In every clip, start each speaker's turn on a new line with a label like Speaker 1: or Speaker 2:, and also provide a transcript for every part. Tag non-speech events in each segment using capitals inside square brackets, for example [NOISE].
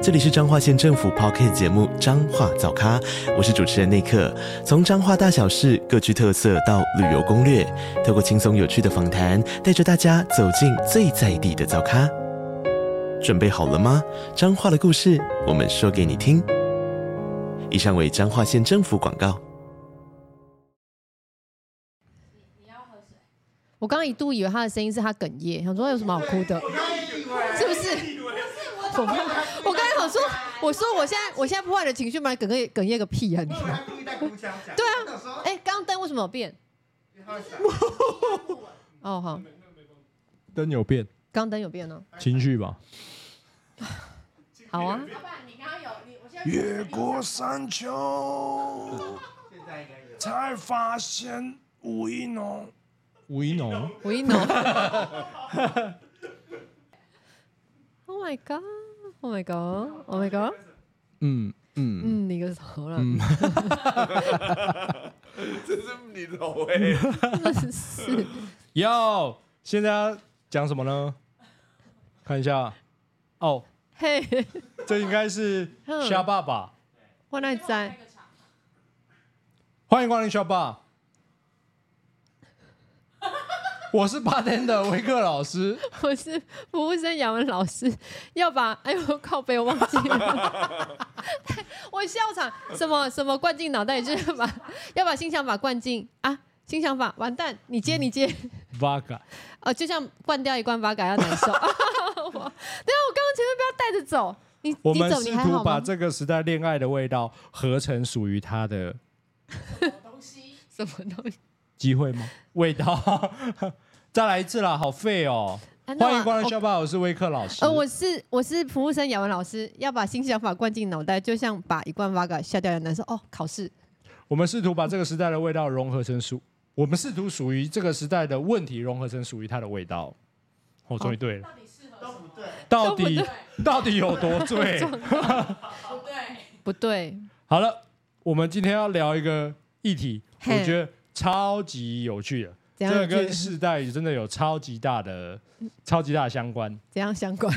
Speaker 1: 这里是彰化县政府 p o c k t 节目《彰化早咖》，我是主持人内克。从彰化大小事各具特色到旅游攻略，透过轻松有趣的访谈，带着大家走进最在地的早咖。准备好了吗？彰化的故事，我们说给你听。以上为彰化县政府广告。
Speaker 2: 我刚刚一度以为他的声音是他哽咽，想说有什么好哭的，是不是？我刚我刚才想说，我说我现在我现在破坏你的情绪嘛，哽咽哽咽个屁啊你！
Speaker 3: 还故意带哭腔讲。
Speaker 2: 对啊，哎，刚刚灯为什么有变？哦好，
Speaker 4: 灯有变，
Speaker 2: 刚灯有变呢。
Speaker 4: 情绪吧。
Speaker 2: 好啊，
Speaker 5: 越过山丘，才发现吴一农。
Speaker 4: 吴一农，
Speaker 2: 我一脑。Oh my god! Oh my god! Oh my god!
Speaker 4: 嗯嗯，
Speaker 2: 嗯，你个头了，
Speaker 3: 这是你头哎，
Speaker 2: 真是。
Speaker 4: 要现在要讲什么呢？看一下，哦，
Speaker 2: 嘿，
Speaker 4: 这应该是
Speaker 2: 嗯
Speaker 4: 虾爸爸，
Speaker 2: 我那在
Speaker 4: 欢迎光临虾爸。我是 bartender 维克老师，
Speaker 2: 我是服务生杨文老师，要把哎呦靠背我忘记了， [LAUGHS] 我笑场什么什么灌进脑袋，就是把要把新想法灌进啊，新想法完蛋，你接你接，
Speaker 4: Vaga，
Speaker 2: 哦，就像灌掉一罐八嘎要难受， [LAUGHS] 我对啊，我刚刚前面不要带着走，你
Speaker 4: 我
Speaker 2: 你
Speaker 4: 们
Speaker 2: 走
Speaker 4: 试
Speaker 2: 你还
Speaker 4: 图
Speaker 2: 好
Speaker 4: 把
Speaker 2: 吗？
Speaker 4: 这个时代恋爱的味道合成属于它的
Speaker 2: 什么东西？
Speaker 4: 机会吗？味道， [LAUGHS] 再来一次啦，好废哦！
Speaker 2: 啊那
Speaker 4: 欢迎
Speaker 2: 我
Speaker 4: 光临
Speaker 2: 我
Speaker 4: 虾爸，我是维克老师。
Speaker 2: 呃，我是我是服务生雅文老师，要把新想法灌进脑袋，就像把一罐 Vaga 下掉的难受。哦，考试
Speaker 4: 我们试图把这个时代的味道融合成属，我们试图属于这个时代的问题融合成属于它的味道。我、
Speaker 2: 哦
Speaker 4: 终于对了，
Speaker 3: 都不对，
Speaker 4: 到
Speaker 2: 都不 [LAUGHS]
Speaker 4: 底到底有多醉？
Speaker 2: 不对，
Speaker 4: 好了，我们今天要聊一个议题，
Speaker 2: 嘿
Speaker 4: 我觉得超级有趣的，
Speaker 2: 怎样
Speaker 4: 这个
Speaker 2: 有
Speaker 4: 跟
Speaker 2: 趣
Speaker 4: 世代真的有超级大的、超级大的相关。
Speaker 2: 怎样相关？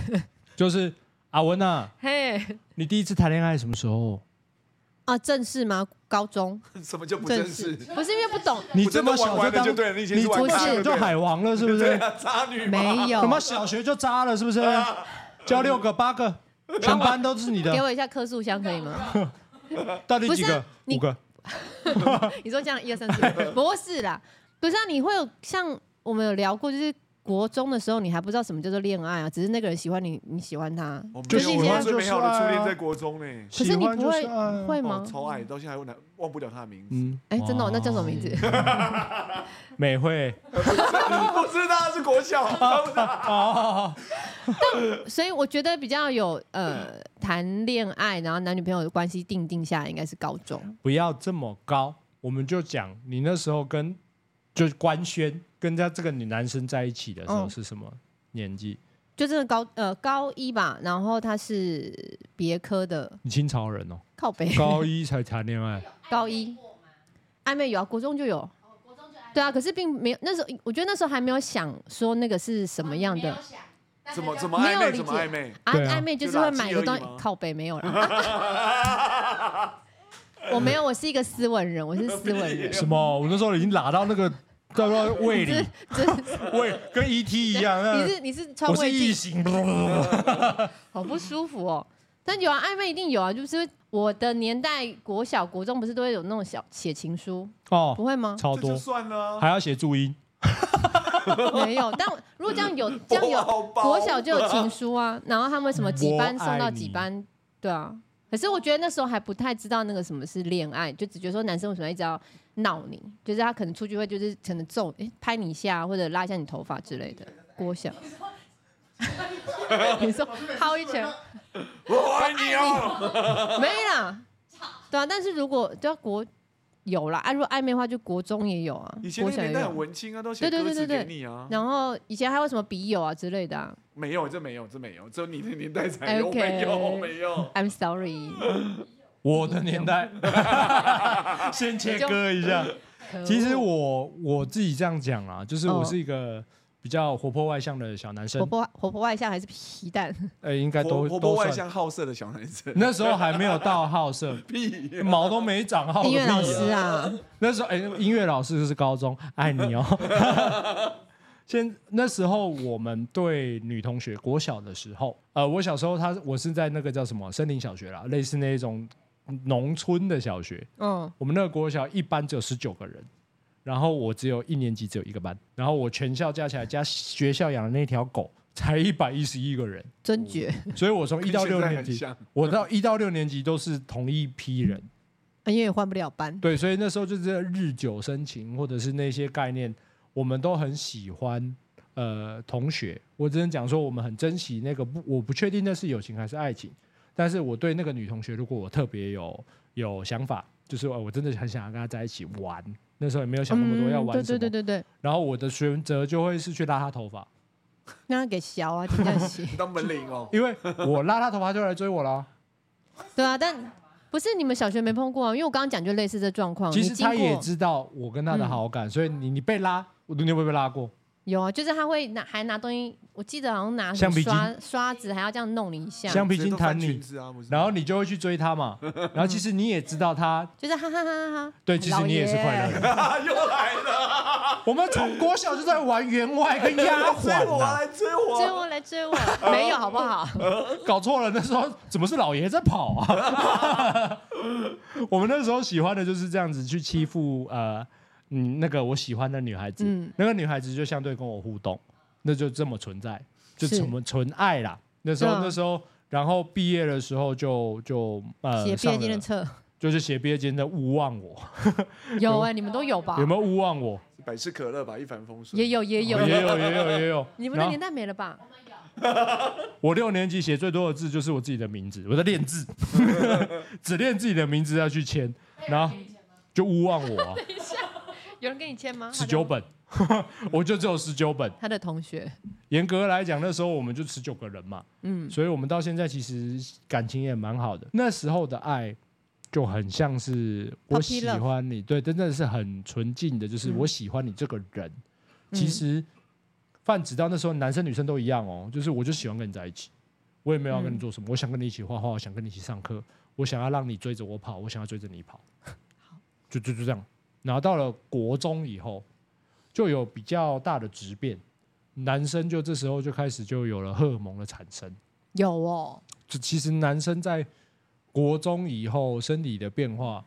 Speaker 4: 就是阿文啊，
Speaker 2: [LAUGHS] 嘿，
Speaker 4: 你第一次谈恋爱什么时候？
Speaker 2: 啊，正式吗？高中
Speaker 3: 什么叫不
Speaker 2: 正
Speaker 3: 正
Speaker 2: 式
Speaker 3: 式？
Speaker 2: 不嗯是因为不
Speaker 4: [LAUGHS]
Speaker 2: 懂，
Speaker 4: 你
Speaker 3: 我
Speaker 4: 这
Speaker 3: 真
Speaker 4: 么
Speaker 3: 的
Speaker 4: 小
Speaker 3: 玩完了
Speaker 4: 就当
Speaker 3: 就对了，你已经
Speaker 4: 你
Speaker 3: 是
Speaker 4: 这
Speaker 3: 玩
Speaker 4: 么
Speaker 3: 咖
Speaker 4: 小
Speaker 3: 了
Speaker 4: 就
Speaker 3: 对
Speaker 4: 海王了，是不
Speaker 3: 对
Speaker 4: 是？
Speaker 3: 啊，渣女嘛
Speaker 2: 没有
Speaker 4: 他。妈小学就渣了，是
Speaker 3: [LAUGHS]
Speaker 4: 不是？交六个、八个，全班都是你
Speaker 2: 给 [LAUGHS]
Speaker 4: 的，
Speaker 2: 我一下颗数箱可以吗？
Speaker 4: 到底几
Speaker 2: 不是
Speaker 4: 个
Speaker 2: 啊？你
Speaker 4: 五个。
Speaker 2: 你说这样一二
Speaker 3: [LAUGHS]
Speaker 2: 三四，不是啦，不是啊，你会有像我们有聊过，就是国中的时候，你还不知道什么叫做恋爱啊，只是那个人喜欢你，你喜欢他，
Speaker 3: 我没有
Speaker 4: 就是
Speaker 3: 我
Speaker 2: 现在
Speaker 3: 最美好的初
Speaker 4: 就是
Speaker 3: 恋
Speaker 4: 啊
Speaker 3: 在国中呢，
Speaker 2: 可是你
Speaker 4: 喜欢
Speaker 2: 不
Speaker 4: 就
Speaker 2: 会
Speaker 4: 是爱啊
Speaker 2: 会吗
Speaker 3: 哦，？超爱，到现在还忘忘不了他的名字。
Speaker 4: 嗯，
Speaker 2: 哎，真的哦，那叫什么名字？
Speaker 4: 美惠。
Speaker 3: 我知道他是国
Speaker 2: [LAUGHS]
Speaker 3: 小，
Speaker 4: 哦，
Speaker 2: 所以我觉得比较有呃谈恋爱，然后男女朋友的关系定定下来，应该是高中。
Speaker 4: 不要这么高，我们就讲你那时候跟就是官宣跟他这个女男生在一起的时候
Speaker 2: 嗯
Speaker 4: 是什么年纪？
Speaker 2: 就真的高呃高一吧，然后他是别科的
Speaker 4: 你清
Speaker 2: [LAUGHS]
Speaker 4: 朝人哦，
Speaker 2: 靠北，
Speaker 4: 高一才谈恋爱，
Speaker 2: 高一暧昧有啊，国中就有。对啊，可是并没有那时候，我觉得那时候还没有想说那个是什么样的
Speaker 3: 怎么怎么暧
Speaker 2: 没有
Speaker 3: 昧，
Speaker 2: 理解
Speaker 3: 怎么暧昧？
Speaker 2: 啊，
Speaker 4: 对啊
Speaker 2: 暧昧就是会买一个东西
Speaker 3: 就垃圾而已吗
Speaker 2: 靠北没有啦。我没有，我是一个斯文人，我是斯文人，
Speaker 4: 什么？我那时候已经拉到
Speaker 2: [LAUGHS]
Speaker 4: 那个在不知道胃里，胃跟 ET [LAUGHS] 一样。那
Speaker 2: 你是你是穿
Speaker 4: 我是
Speaker 2: 胃
Speaker 4: 异
Speaker 2: 镜，
Speaker 4: 形，
Speaker 2: 好不舒服哦。但有啊，暧昧一定有啊，就是我的年代，国小、国中不是都会有那种小写情书，不
Speaker 4: 哦，
Speaker 2: 会
Speaker 3: [LAUGHS]
Speaker 2: 吗？
Speaker 4: 超
Speaker 3: 这就
Speaker 4: 多，
Speaker 3: 算了啊，
Speaker 4: 还要写注音，
Speaker 2: 没有，但如果这样有
Speaker 3: [LAUGHS]
Speaker 2: 这样有
Speaker 3: 我好包
Speaker 2: 国小就有情书啊，然后他们什么几班送到几班，对啊。可是我觉得那时候还不太知道那个什么是恋爱，就只觉得说男生为什么一直要闹你，就是他可能出去会就是可能揍、诶拍你一下啊或者拉一下你头发之类的。国小， [LAUGHS] 你
Speaker 3: [LAUGHS]
Speaker 2: 说薅一拳
Speaker 3: 我爱你哦。
Speaker 2: 哎啊没啦，对啊。但是如果就要国有啦，啊，如果暧昧的话，就国中也有啊，
Speaker 3: 以前
Speaker 2: 国
Speaker 3: 那个
Speaker 2: 小也
Speaker 3: 年代很
Speaker 2: 有。
Speaker 3: 文青啊，都写
Speaker 2: 对对
Speaker 3: 歌
Speaker 2: 对
Speaker 3: 词
Speaker 2: 对
Speaker 3: 给
Speaker 2: 对
Speaker 3: 你啊。
Speaker 2: 然后以前还有什么笔友啊之类的、啊、
Speaker 3: 没有，这没有，这没有，只有你的年代才有，
Speaker 2: OK
Speaker 3: 没有，没有。
Speaker 2: ，I'm sorry，
Speaker 4: 我的年代，
Speaker 3: 嗯 [LAUGHS]
Speaker 4: 先切割一下。
Speaker 2: 可恶
Speaker 4: [LAUGHS] 其实我我自己这样讲啊，就是我
Speaker 2: 哦
Speaker 4: 是一个比较活泼外向的小男
Speaker 2: 活
Speaker 4: 生，
Speaker 2: 泼活泼外向还是皮
Speaker 4: [LAUGHS]
Speaker 2: 蛋，
Speaker 4: 呃，应该
Speaker 3: 活
Speaker 4: 都
Speaker 3: 活
Speaker 4: 都
Speaker 3: 泼外
Speaker 4: 算。
Speaker 3: 向好色的小男生，
Speaker 4: 那时候还没有到好色，
Speaker 3: [LAUGHS] 屁呀！
Speaker 4: 毛都没长好。
Speaker 2: 音乐老师，啊，
Speaker 4: 那时候哎、音乐老师就是高中， [LAUGHS] 爱你哦。 [LAUGHS] 先那时候我们对女同学，国小的时候，呃，我小时候他我是在那个叫什么森林小学啦，类似那种农村的小学，
Speaker 2: 嗯，
Speaker 4: 我们那个国小一班只有十九个人，然后我只有一年级只有一个班，然后我全校加起来加学校养的那条狗 [LAUGHS] 才一百一十一个人，
Speaker 2: 尊爵，
Speaker 4: 所以我从一到六
Speaker 3: 跟现在
Speaker 4: 年
Speaker 3: 很
Speaker 4: 级，
Speaker 3: 像
Speaker 4: 我到一到六年级都是同一批人，
Speaker 2: 因为也换不了班，
Speaker 4: 对，所以那时候就是日久生情或者是那些概念，我们都很喜欢。呃，同学，我只能讲说我们很珍惜那个不，我不确定那是友情还是爱情，但是我对那个女同学，如果我特别有有想法，就是、呃、我真的很想要跟她在一起玩。那时候也没有想那么多要
Speaker 2: 嗯
Speaker 4: 玩
Speaker 2: 对
Speaker 4: 什么，
Speaker 2: 对对对对，
Speaker 4: 然后我的选择就会是去拉她头发，
Speaker 2: 那他给小啊，这样
Speaker 4: [LAUGHS]
Speaker 2: 写，
Speaker 3: 你当门铃哦。
Speaker 4: 因为我拉她头发就来追
Speaker 2: [LAUGHS]
Speaker 4: 我
Speaker 2: 哦
Speaker 4: 啦。
Speaker 2: 对啊，但不是你们小学没碰过啊，因为我刚刚讲就类似这状况，
Speaker 4: 其
Speaker 2: 你
Speaker 4: 实
Speaker 2: 经
Speaker 4: 她也
Speaker 2: 过嗯
Speaker 4: 知道我跟她的好感，所以你你被拉，我你有没有被拉过？
Speaker 2: 有啊，就是他会拿还拿东西，我记得好像拿什
Speaker 4: 橡
Speaker 2: 么
Speaker 4: 皮筋
Speaker 2: 刷刷子，还要这样弄你一下，
Speaker 4: 橡皮
Speaker 3: 直
Speaker 4: 筋
Speaker 3: 接都翻
Speaker 4: 弹
Speaker 3: 裙
Speaker 4: 你，
Speaker 3: 子啊，不是
Speaker 4: 然后你就会去追她嘛。然后其实你也知道她，
Speaker 2: 就是哈哈哈哈哈。
Speaker 4: 对，其实你也是快乐。的。
Speaker 3: [LAUGHS] 又来了，
Speaker 4: [LAUGHS] 我们从国小就在玩员外跟
Speaker 6: [LAUGHS]
Speaker 4: 丫
Speaker 3: 追
Speaker 4: 鬟
Speaker 3: 我啊
Speaker 4: 啊，
Speaker 3: 来追
Speaker 2: 追
Speaker 3: 我，
Speaker 2: 我来追
Speaker 4: [LAUGHS]
Speaker 2: 我，没有好不好？
Speaker 4: 搞错了。那时候怎么是老爷在跑啊？ [LAUGHS] 我们那时候喜欢的就是这样子去欺负呃，嗯，那个我喜欢的女孩子，
Speaker 2: [LAUGHS] 嗯
Speaker 4: 那个女孩子就相对跟我互动，那就这么存在，就是怎么纯爱啦。那时候、
Speaker 2: 对啊
Speaker 4: 那时候，然后毕业的时候就就呃
Speaker 2: 写毕业
Speaker 4: 上
Speaker 2: 纪念
Speaker 4: 了
Speaker 2: 册
Speaker 4: 就是写毕业纪念册勿忘我，
Speaker 2: 有哎，你们都有吧
Speaker 4: 有？没有勿忘我？
Speaker 3: 百事可乐吧，一帆风顺。
Speaker 2: 也有 [LAUGHS] 也有
Speaker 4: 哦也有也有也
Speaker 2: [LAUGHS]
Speaker 4: 有。啊
Speaker 2: 你们
Speaker 4: 然
Speaker 2: 的
Speaker 4: 后
Speaker 2: 年代没了吧？
Speaker 4: 我六年级写最多的字就是我自己的名字，我在练字， [LAUGHS] 只练自己的名字要去签，然后就勿忘我
Speaker 2: [LAUGHS]
Speaker 4: 啊，
Speaker 2: 有人跟你签吗？
Speaker 4: 十九本， [LAUGHS] 我就只有十九本。
Speaker 2: 他的同学，
Speaker 4: 严格来讲，那时候我们就十九个人嘛，
Speaker 2: 嗯，
Speaker 4: 所以我们到现在其实感情也蛮好的。那时候的爱就很像是我
Speaker 2: Puppy
Speaker 4: 喜
Speaker 2: love
Speaker 4: 欢你，对，真的是很纯净的，就是
Speaker 2: 嗯
Speaker 4: 我喜欢你这个人。其实泛指到那时候，男生女生都一样哦，就是我就喜欢跟你在一起，我也没有要跟你做什么，我想跟你一起画画，我想跟你一起上课，我想要让你追着我跑，我想要追着你跑，就就就这样。然后到了国中以后，就有比较大的质变，男生就这时候就开始就有了荷尔蒙的产生。
Speaker 2: 有哦，
Speaker 4: 就其实男生在国中以后生理的变化，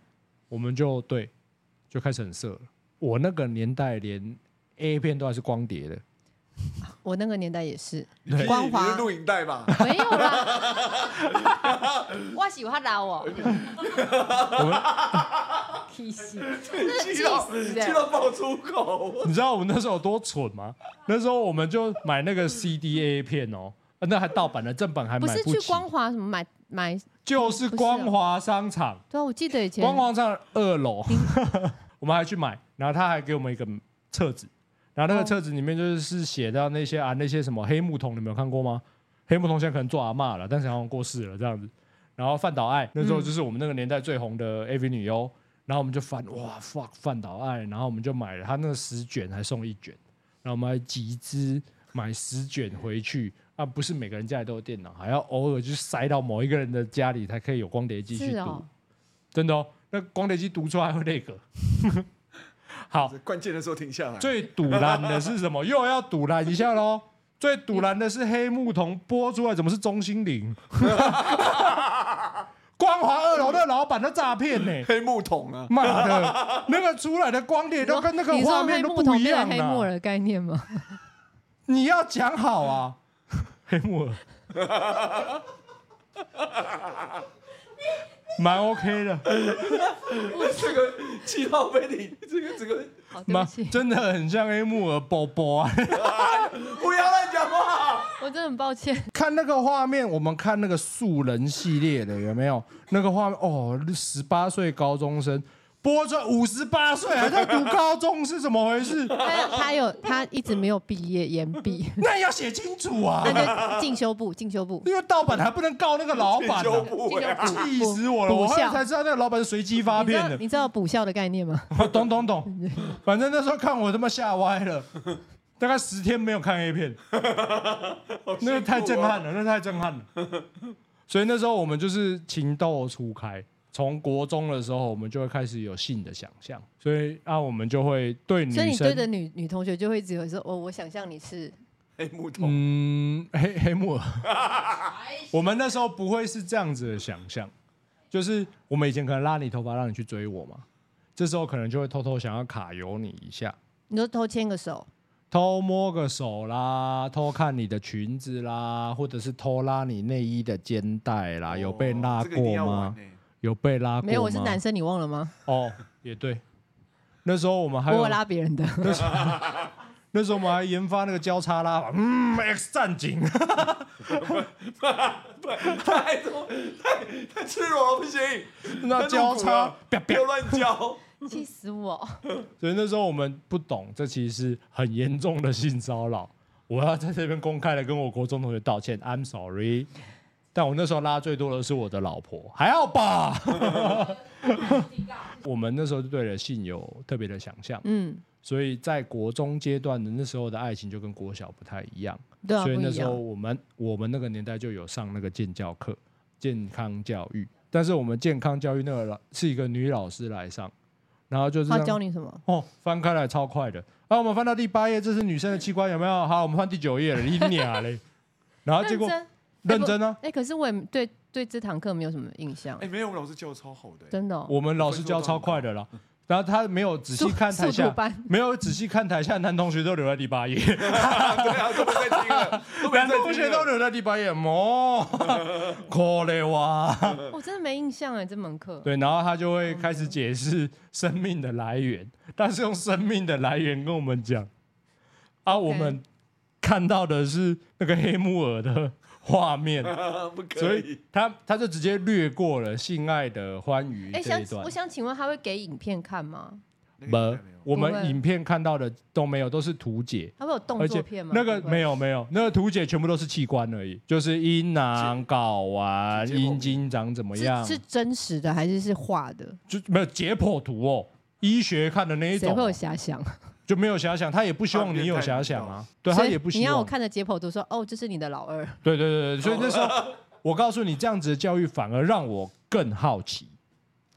Speaker 4: 我们就对就开始很色了。我那个年代连 A 片都还是光碟的，
Speaker 2: 我那个年代也是
Speaker 3: 你是
Speaker 2: 光
Speaker 3: 你
Speaker 2: 华
Speaker 3: 是录影带吧？
Speaker 2: 没有
Speaker 4: [LAUGHS]
Speaker 2: 啦。我喜欢打我，
Speaker 4: 我们
Speaker 2: 气死，那
Speaker 3: 气
Speaker 2: 是 [LAUGHS] 气
Speaker 3: 到
Speaker 2: 死
Speaker 3: 气
Speaker 2: 的。
Speaker 3: 到爆粗口，
Speaker 4: 你知道我们那时候有多蠢吗？那时候我们就买那个 CD A 片哦、呃那还盗版的，正版还
Speaker 2: 不
Speaker 4: 买
Speaker 2: 是去
Speaker 4: 起。
Speaker 2: 光哦华什么买买？
Speaker 4: 就是光华商场，
Speaker 2: 对啊，我记得以前
Speaker 4: 光华商场二楼， [LAUGHS] 我们还去买，然后他还给我们一个册子，然后
Speaker 2: 哦
Speaker 4: 那个册子里面就是写到那些啊那些什么黑木桶，你们有看过吗？黑木桶现在可能做阿嬷了，但是好像过世了这样子。然后范岛爱那时候就是我们那个年代最红的 AV 女优，然后我们就翻哇 fuck 范岛爱，然后我们就买了她那个十卷还送一卷，然后我们还集资买十卷回去啊，不是每个人家里都有电脑，还要偶尔去塞到某一个人的家里才可以有光碟机去
Speaker 2: 是
Speaker 4: 读，
Speaker 2: 哦，
Speaker 4: 真的哦，那光碟机读出来会那个。 [LAUGHS] 好，
Speaker 3: 关键的时候停下来。
Speaker 4: 最堵拦的是什么？又要堵拦一下喽。最堵拦的是黑木瞳播出来，怎么是钟心凌？ [LAUGHS] 光华二楼的老板的诈骗呢？
Speaker 3: 黑木桶啊，
Speaker 4: 妈的，那个出来的光碟都跟那个
Speaker 2: 你
Speaker 4: 画
Speaker 2: 说
Speaker 4: 面
Speaker 2: 黑
Speaker 4: 都
Speaker 2: 木
Speaker 4: 不
Speaker 2: 头
Speaker 4: 一
Speaker 2: 变
Speaker 4: 样
Speaker 2: 成黑木耳
Speaker 4: 啊！
Speaker 2: 的概念吗？
Speaker 4: 你要讲好啊，黑木耳， [LAUGHS] 蛮 OK 的。
Speaker 3: 这个气到被你这个这个
Speaker 2: 好，对
Speaker 4: 妈
Speaker 2: 不起，
Speaker 4: 真的很像 A 木耳宝宝啊！
Speaker 3: 不要乱讲话。
Speaker 2: 我真的很抱歉。 [LAUGHS]
Speaker 4: 看那个画面，我们看那个素人系列的有没有？那个画面哦，十八岁高中生播出来五十八岁还在读高中是怎么
Speaker 2: [LAUGHS]
Speaker 4: 回事？
Speaker 2: 他他有他一直没有毕业延毕，
Speaker 4: 那要写清楚啊！
Speaker 2: 那就进修部进修部
Speaker 4: 因为盗版还不能告那个老板、
Speaker 3: 修
Speaker 4: 啊，
Speaker 3: 不
Speaker 4: [LAUGHS]
Speaker 2: 进
Speaker 3: 回
Speaker 2: 修
Speaker 3: 啊，
Speaker 2: 部
Speaker 4: 气死我了！
Speaker 2: 补
Speaker 4: 我后来
Speaker 2: 校
Speaker 4: 才知道那个老板是随机发
Speaker 2: 你知
Speaker 4: 片
Speaker 2: 道
Speaker 4: [LAUGHS] 的，
Speaker 2: 你知道补校的概念吗？
Speaker 4: 懂懂懂。反正那时候看我他妈吓歪了，大概十天没有看 A 片， [LAUGHS] 那个太震撼了，那太震撼了。 [LAUGHS] 所以那时候我们就是情窦初开，从国中的时候我们就会开始有性的想象，所以啊我们就会对女
Speaker 2: 所以你对着
Speaker 4: 生，
Speaker 2: 女女同学就会只有说，哦，我想象你是
Speaker 3: 黑木桶，
Speaker 4: 嗯，黑 [LAUGHS] 黑木耳，
Speaker 7: 哎
Speaker 4: 我们那时候不会是这样子的想象，就是我们以前可能拉你头发让你去追我嘛，这时候可能就会偷偷想要卡油你一下，
Speaker 2: 你说偷牵个手，
Speaker 4: 偷摸个手啦，偷看你的裙子啦，或者是偷拉你内衣的肩带啦，啊有被拉
Speaker 3: 哦这个一定
Speaker 4: 过
Speaker 3: 要玩
Speaker 4: 吗？
Speaker 3: 欸 [LAUGHS]
Speaker 4: 有被拉过啊吗？
Speaker 2: 没有，我是男生，你忘了吗？
Speaker 4: 哦，也对。那时候我们还
Speaker 2: 我
Speaker 4: 有
Speaker 2: 有拉别人
Speaker 4: [LAUGHS]
Speaker 2: 的，
Speaker 4: 那时候我们还研发那个交叉拉法，嗯，X
Speaker 2: [LAUGHS]
Speaker 4: 战警，
Speaker 3: 不然太多太太赤裸了不行，
Speaker 4: 那交叉，
Speaker 2: 啊
Speaker 4: 啪
Speaker 3: 不
Speaker 4: 啪
Speaker 3: 要乱教。
Speaker 2: 气死我！
Speaker 4: 所以那时候我们不懂，这其实是很严重的性骚扰。我要在这边公开的跟我国中同学道歉，I'm sorry。但我那时候拉最多的是我的老婆，还
Speaker 2: [LAUGHS]
Speaker 4: 好吧？我们那时候就对了性有特别的想象，
Speaker 2: 嗯，
Speaker 4: 所以在国中阶段的那时候的爱情就跟国小不太一样。
Speaker 2: 对啊，
Speaker 4: 所以
Speaker 2: 不
Speaker 4: 那
Speaker 2: 一
Speaker 4: 时候
Speaker 2: 样。
Speaker 4: 我们我们那个年代就有上那个健教课、健康教育，但是我们健康教育那个老是一个女老师来上，然后就是
Speaker 2: 他
Speaker 4: 让
Speaker 2: 教你什么？
Speaker 4: 哦，翻开来超快的。啊，我们翻到第八页，这是女生的器官有没有？好，我们翻第九页了，你俩嘞。然后啊结果
Speaker 2: 认真
Speaker 4: 认真啊，
Speaker 2: 哎，可是我也对对这堂课没有什么印象
Speaker 3: 哎，，没有，我们老师教的超好
Speaker 6: 哎
Speaker 3: 的欸，
Speaker 2: 真的哦。
Speaker 4: 我们老师教超快的啦。然后他没有仔细
Speaker 2: 速
Speaker 4: 看台
Speaker 2: 速度
Speaker 4: 下，
Speaker 2: 班，
Speaker 4: 没有仔细看台下，男同学都留在第八页，
Speaker 3: 对啊，都没在听了，都没
Speaker 4: 男
Speaker 3: 在
Speaker 6: 啊
Speaker 4: 同学
Speaker 3: 听
Speaker 4: 都
Speaker 3: 了。
Speaker 4: 留在第八页，哦， [LAUGHS] 可怜哇。
Speaker 2: 我哦真的没印象哎，这门课。
Speaker 4: 对，然后他就会开始解释生命的来源，
Speaker 2: 嗯
Speaker 4: 但是用生命的来源跟我们讲。啊，我们看到的是那个黑木耳的画面。
Speaker 2: [LAUGHS]
Speaker 6: [LAUGHS]
Speaker 3: 不
Speaker 4: 所
Speaker 3: 可
Speaker 4: 以
Speaker 3: 以，
Speaker 4: 他他就直接略过了性爱的欢愉
Speaker 2: 哎，
Speaker 4: 这
Speaker 2: 想
Speaker 4: 一段
Speaker 2: 我。想请问他会给影片看吗？
Speaker 3: 那个应
Speaker 4: 不
Speaker 3: 该没有
Speaker 4: 我
Speaker 2: 不
Speaker 4: 们
Speaker 2: 会
Speaker 4: 影片看到的都没有，都是图解，
Speaker 2: 他会有动
Speaker 4: 而
Speaker 2: 作
Speaker 4: 且
Speaker 2: 片吗？
Speaker 4: 那个没
Speaker 2: 有。
Speaker 4: 有没有，那个图解全部都是器官而已，就是阴囊、睾丸、
Speaker 3: 结结果
Speaker 4: 阴茎长怎么样
Speaker 2: 是，是真实的还是是画的？
Speaker 4: 就没有解剖图哦。医学看的那一
Speaker 2: 谁
Speaker 4: 种哦
Speaker 2: 会有遐想？
Speaker 4: 就没有遐想，他也不希望你有遐想啊，对他
Speaker 2: 所以
Speaker 4: 也不希
Speaker 2: 你要我
Speaker 4: 望。
Speaker 2: 看着解剖图说，哦，这是你的老
Speaker 4: [LAUGHS]
Speaker 2: 二，
Speaker 4: 对对对对，所以那时候
Speaker 2: [LAUGHS]
Speaker 4: 我告诉你，这样子的教育反而让我更好奇。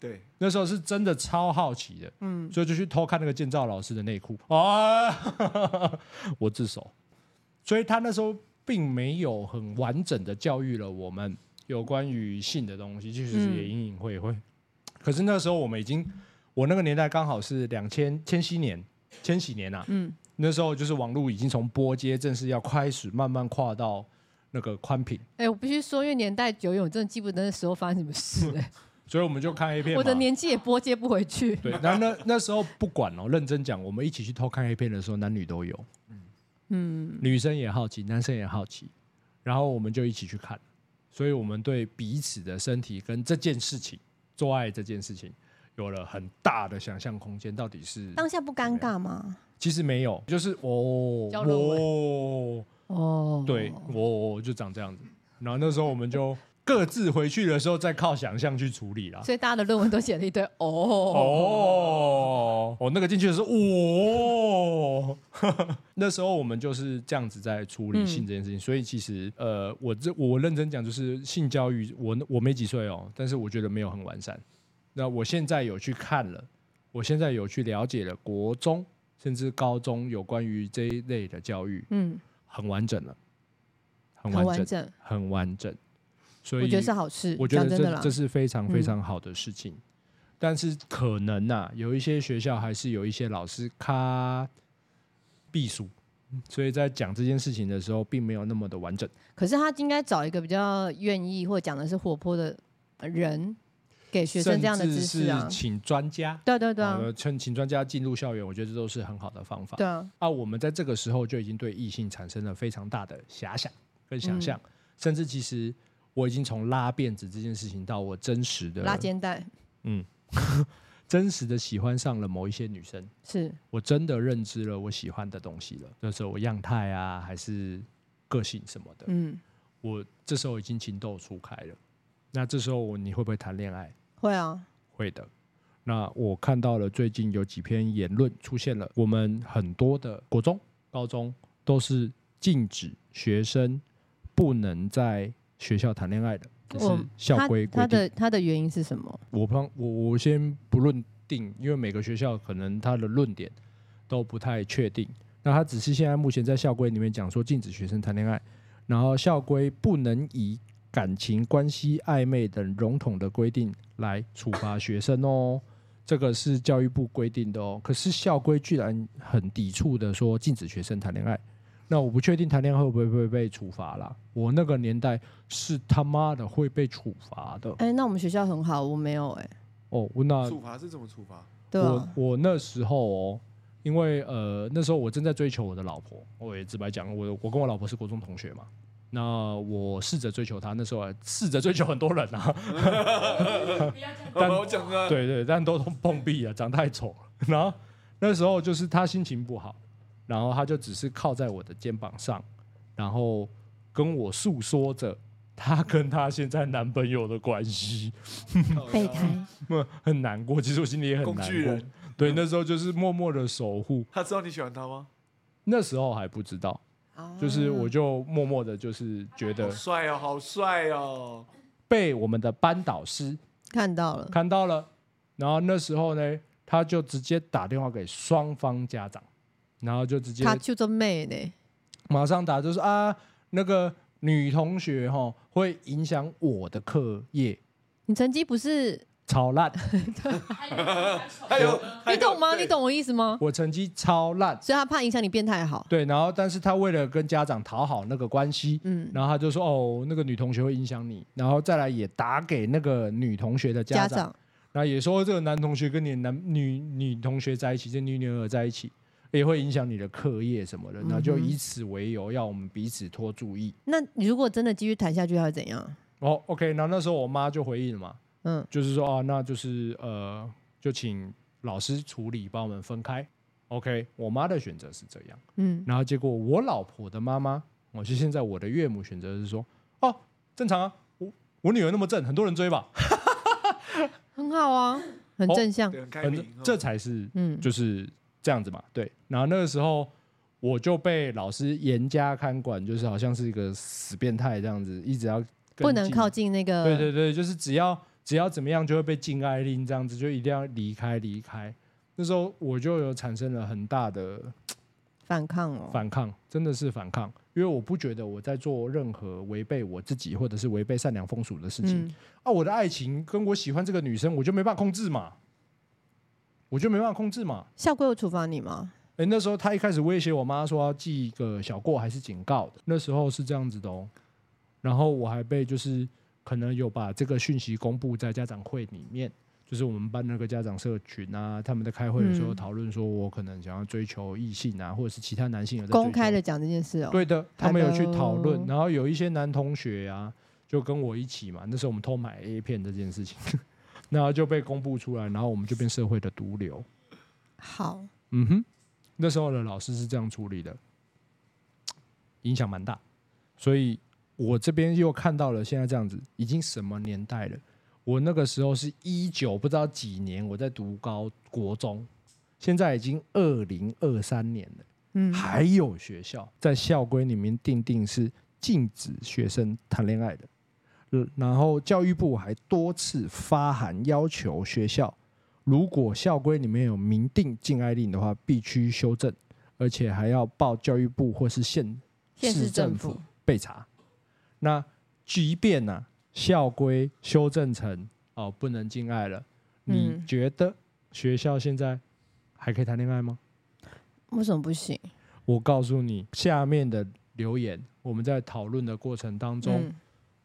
Speaker 3: 对，
Speaker 4: 那时候是真的超好奇的，
Speaker 2: 嗯，
Speaker 4: 所以就去偷看那个建造老师的内裤啊， [LAUGHS] 我自首。所以他那时候并没有很完整的教育了我们有关于性的东西，其实
Speaker 2: 嗯
Speaker 4: 也隐隐晦晦。可是那时候我们已经，我那个年代刚好是两千千禧年，千禧年啊，
Speaker 2: 嗯，
Speaker 4: 那时候就是网络已经从波接正式要开始慢慢跨到那个宽频，
Speaker 2: 哎、我必须说，因为年代久远，我真的记不得那时候发生什么事、哎
Speaker 4: 所以我们就看 A 片嘛。
Speaker 2: 我的年纪也拨接不回
Speaker 4: [LAUGHS]
Speaker 2: 去。
Speaker 4: 对，然后那那时候不管哦，认真讲，我们一起去偷看 A 片的时候，男女都有，
Speaker 2: 嗯，
Speaker 4: 女生也好奇，男生也好奇，然后我们就一起去看，所以我们对彼此的身体跟这件事情，做爱这件事情，有了很大的想象空间。到底是
Speaker 2: 当下不尴尬吗？
Speaker 4: 其实没有，就是哦，
Speaker 2: 交流
Speaker 4: 哦，
Speaker 2: 哦，
Speaker 4: 对，哦，就长这样子。然后那时候我们就各自回去的时候，再靠想象去处理啦。
Speaker 2: 所以大家的论文都写了一堆哦。
Speaker 4: 哦，哦，那个进去的是哦， [LAUGHS] 那时候我们就是这样子在处理
Speaker 2: 嗯
Speaker 4: 性这件事情，所以其实呃，我这我认真讲，就是性教育，我我没几岁哦，但是我觉得没有很完善。那我现在有去看了，我现在有去了解了国中甚至高中有关于这一类的教育，
Speaker 2: 嗯，
Speaker 4: 很完整了，很
Speaker 2: 很
Speaker 4: 完
Speaker 2: 完
Speaker 4: 整，
Speaker 2: 整，
Speaker 4: 很完整。所以
Speaker 2: 我觉得是好事。
Speaker 4: 我觉得
Speaker 2: 讲真的
Speaker 4: 这
Speaker 2: 啦
Speaker 4: 这，是非常
Speaker 2: 嗯
Speaker 4: 非常好的事情，但是可能呐、有一些学校还是有一些老师咖避暑，所以在讲这件事情的时候，并没有那么的完整。
Speaker 2: 可是他应该找一个比较愿意或讲的是活泼的人，给学生这样的
Speaker 4: 甚
Speaker 2: 知
Speaker 4: 至
Speaker 2: 识啊
Speaker 4: 是。请专家，
Speaker 2: 对对对啊，
Speaker 4: 呃，请请专家进入校园，我觉得这都是很好的方法。
Speaker 2: 对啊，
Speaker 4: 啊，我们在这个时候就已经对异性产生了非常大的遐想跟想象，
Speaker 2: 嗯
Speaker 4: 甚至其实
Speaker 2: 啊
Speaker 4: 我已经从拉辫子这件事情到我真实的
Speaker 2: 拉肩带，
Speaker 4: 真实的喜欢上了某一些女生，
Speaker 2: 是
Speaker 4: 我真的认知了我喜欢的东西了，那时候我样态啊，还是个性什么的，
Speaker 2: 嗯，
Speaker 4: 我这时候已经情窦初开了。那这时候我你会不会谈恋爱？
Speaker 2: 会啊，
Speaker 4: 会的。那我看到了最近有几篇言论出现了，我们很多的国中、高中都是禁止学生不能在学校谈恋爱的，这
Speaker 2: 我
Speaker 4: 是校规
Speaker 2: 哦他他
Speaker 4: 规定。
Speaker 2: 的他的原因是什么？
Speaker 4: 我帮我我先不论定，因为每个学校可能他的论点都不太确定。那他只是现在目前在校规里面讲说禁止学生谈恋爱，然后校规不能以感情关系暧昧等笼统的规定来处罚学生哦，这个是教育部规定的哦。可是校规居然很抵触的说禁止学生谈恋爱，那我不确定谈恋爱会不会会被处罚啦。我那个年代是他妈的会被处罚的
Speaker 2: 哎、那我们学校很好，我没有哎、
Speaker 4: 哦，我那
Speaker 6: 处罚是怎么处罚？
Speaker 2: 对
Speaker 4: 我
Speaker 2: 啊，
Speaker 4: 我那时候哦，因为呃那时候我正在追求我的老婆，我也直白讲，我我跟我老婆是国中同学嘛。那我试着追求她，那时候还试着追求很多人啊， [LAUGHS]
Speaker 6: [LAUGHS]
Speaker 4: 但
Speaker 6: 我讲啊，
Speaker 4: 对对，但都碰壁啊，长太丑了。然后那时候就是她心情不好，然后她就只是靠在我的肩膀上，然后跟我诉说着她跟她现在男朋友的关系，
Speaker 2: 备胎，
Speaker 4: 很难过。其实我心里也很难
Speaker 6: 啊工
Speaker 4: 过。
Speaker 6: 具人，
Speaker 4: 对，那时候就是默默的守护，
Speaker 6: 他知道你喜欢他吗？
Speaker 4: 那时候还不知道，
Speaker 2: 啊
Speaker 4: 就是
Speaker 2: 嗯
Speaker 4: 我就默默的，就是觉得
Speaker 6: 好帅哦，好帅哦！
Speaker 4: 被我们的班导师
Speaker 2: 看到了，
Speaker 4: 看到了，然后那时候呢，他就直接打电话给双方家长，然后就直接
Speaker 2: 他就这妹呢，
Speaker 4: 马上打，就是啊，那个女同学哈会影响我的课业，
Speaker 2: 你成绩不是，
Speaker 4: 超烂，
Speaker 6: 还有，还
Speaker 2: 你
Speaker 6: 有
Speaker 2: 懂吗？
Speaker 6: 对
Speaker 2: 你懂我意思吗？
Speaker 4: 我成绩超烂，
Speaker 2: 所以他怕影响你变太好，
Speaker 4: 对，然后但是他为了跟家长讨好那个关系，
Speaker 2: 嗯，
Speaker 4: 然后他就说哦，那个女同学会影响你，然后再来也打给那个女同学的
Speaker 2: 家
Speaker 4: 家长。那也说这个男同学跟你的男女女同学在一起，这女女儿在一起，也会影响你的课业什
Speaker 2: 嗯
Speaker 4: 么的，那就以此为由，要我们彼此多注意。
Speaker 2: 那如果真的继续谈下去，他会怎样？
Speaker 4: 哦，OK，然后那时候我妈就回应了嘛，
Speaker 2: 嗯，
Speaker 4: 就是说啊，那就是呃，就请老师处理，帮我们分开。OK，我妈的选择是这样，
Speaker 2: 嗯，
Speaker 4: 然后结果我老婆的妈妈，我就现在我的岳母选择是说，哦，正常啊，我我女儿那么正，很多人追吧，
Speaker 2: 很好啊，很
Speaker 4: 哦
Speaker 2: 正向，
Speaker 6: 对很开
Speaker 4: 反正
Speaker 6: 明，
Speaker 4: 这才是
Speaker 2: 嗯，
Speaker 4: 就是这样子嘛，对。然后那个时候我就被老师严加看管，就是好像是一个死变态这样子，一直要跟
Speaker 2: 不能
Speaker 4: 进
Speaker 2: 靠。近那个，
Speaker 4: 对对对，就是只要只要怎么样就会被禁爱令这样子，就一定要离开离开。那时候我就有产生了很大的
Speaker 2: 反抗哦，
Speaker 4: 反抗，真的是反抗，因为我不觉得我在做任何违背我自己或者是违背善良风俗的事情。
Speaker 2: 嗯
Speaker 4: 啊，我的爱情跟我喜欢这个女生，我就没办法控制嘛，我就没办法控制嘛。
Speaker 2: 校规有处罚你吗？
Speaker 4: 哎、那时候他一开始威胁我妈说要记一个小过还是警告的，那时候是这样子的哦。然后我还被就是可能有把这个讯息公布在家长会里面，就是我们班那个家长社群啊，他们在开会的时候
Speaker 2: 嗯
Speaker 4: 讨论说我可能想要追求异性啊，或者是其他男性有在追求
Speaker 2: 公开的讲这件事哦，
Speaker 4: 对的，他们有去讨论
Speaker 2: Hello，
Speaker 4: 然后有一些男同学啊，就跟我一起嘛，那时候我们偷买 A 片这件事情， [LAUGHS] 然后就被公布出来，然后我们就变社会的毒瘤。
Speaker 2: 好，
Speaker 4: 嗯哼，那时候的老师是这样处理的，影响蛮大。所以我这边又看到了现在这样子，已经什么年代了？我那个时候是一九不知道几年，我在读高国中，现在已经二零二三年了，
Speaker 2: 嗯，
Speaker 4: 还有学校在校规里面定定是禁止学生谈恋爱的。呃然后教育部还多次发函要求学校如果校规里面有明定禁爱令的话，必须修正，而且还要报教育部或是县
Speaker 2: 县市
Speaker 4: 市政
Speaker 2: 政
Speaker 4: 府
Speaker 2: 府
Speaker 4: 备查。那即便呢、校规修正成哦不能禁爱了，你
Speaker 2: 嗯
Speaker 4: 觉得学校现在还可以谈恋爱吗？
Speaker 2: 为什么不行？
Speaker 4: 我告诉你，下面的留言我们在讨论的过程当中，
Speaker 2: 嗯，